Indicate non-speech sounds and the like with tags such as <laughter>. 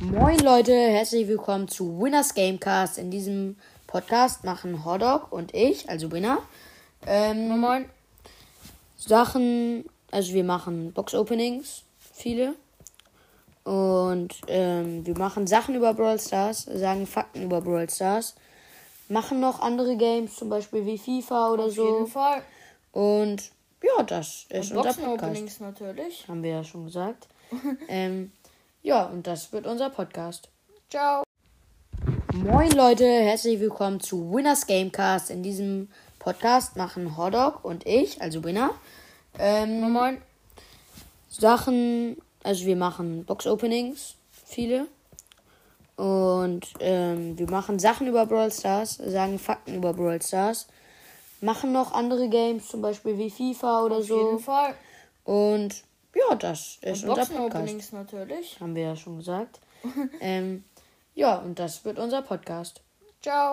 Moin Leute, herzlich willkommen zu Winners Gamecast. In diesem Podcast machen Hodok und ich, also Winner, ähm, Moin. Sachen, also wir machen Box-Openings, viele. Und ähm, wir machen Sachen über Brawl Stars, sagen Fakten über Brawl Stars, machen noch andere Games, zum Beispiel wie FIFA oder Auf so. jeden Fall. Und ja, das Also ist Und unser Podcast. Boxen-Openings natürlich. Haben wir ja schon <laughs> gesagt. ähm, ja, und das wird unser Podcast. Ciao. Moin Leute, herzlich willkommen zu Winners Gamecast. In diesem Podcast machen Hodok und ich, also Winner, ähm, Moin. Sachen, also wir machen Box-Openings, viele. Und ähm, wir machen Sachen über Brawl Stars, sagen Fakten über Brawl Stars, machen noch andere Games, zum Beispiel wie FIFA oder Auf jeden so. Fall. Und ja, das Also ist Und unser Podcast. Boxen-Openings natürlich. <laughs> Haben wir ja schon gesagt. ähm, ja, und das wird unser Podcast. Ciao.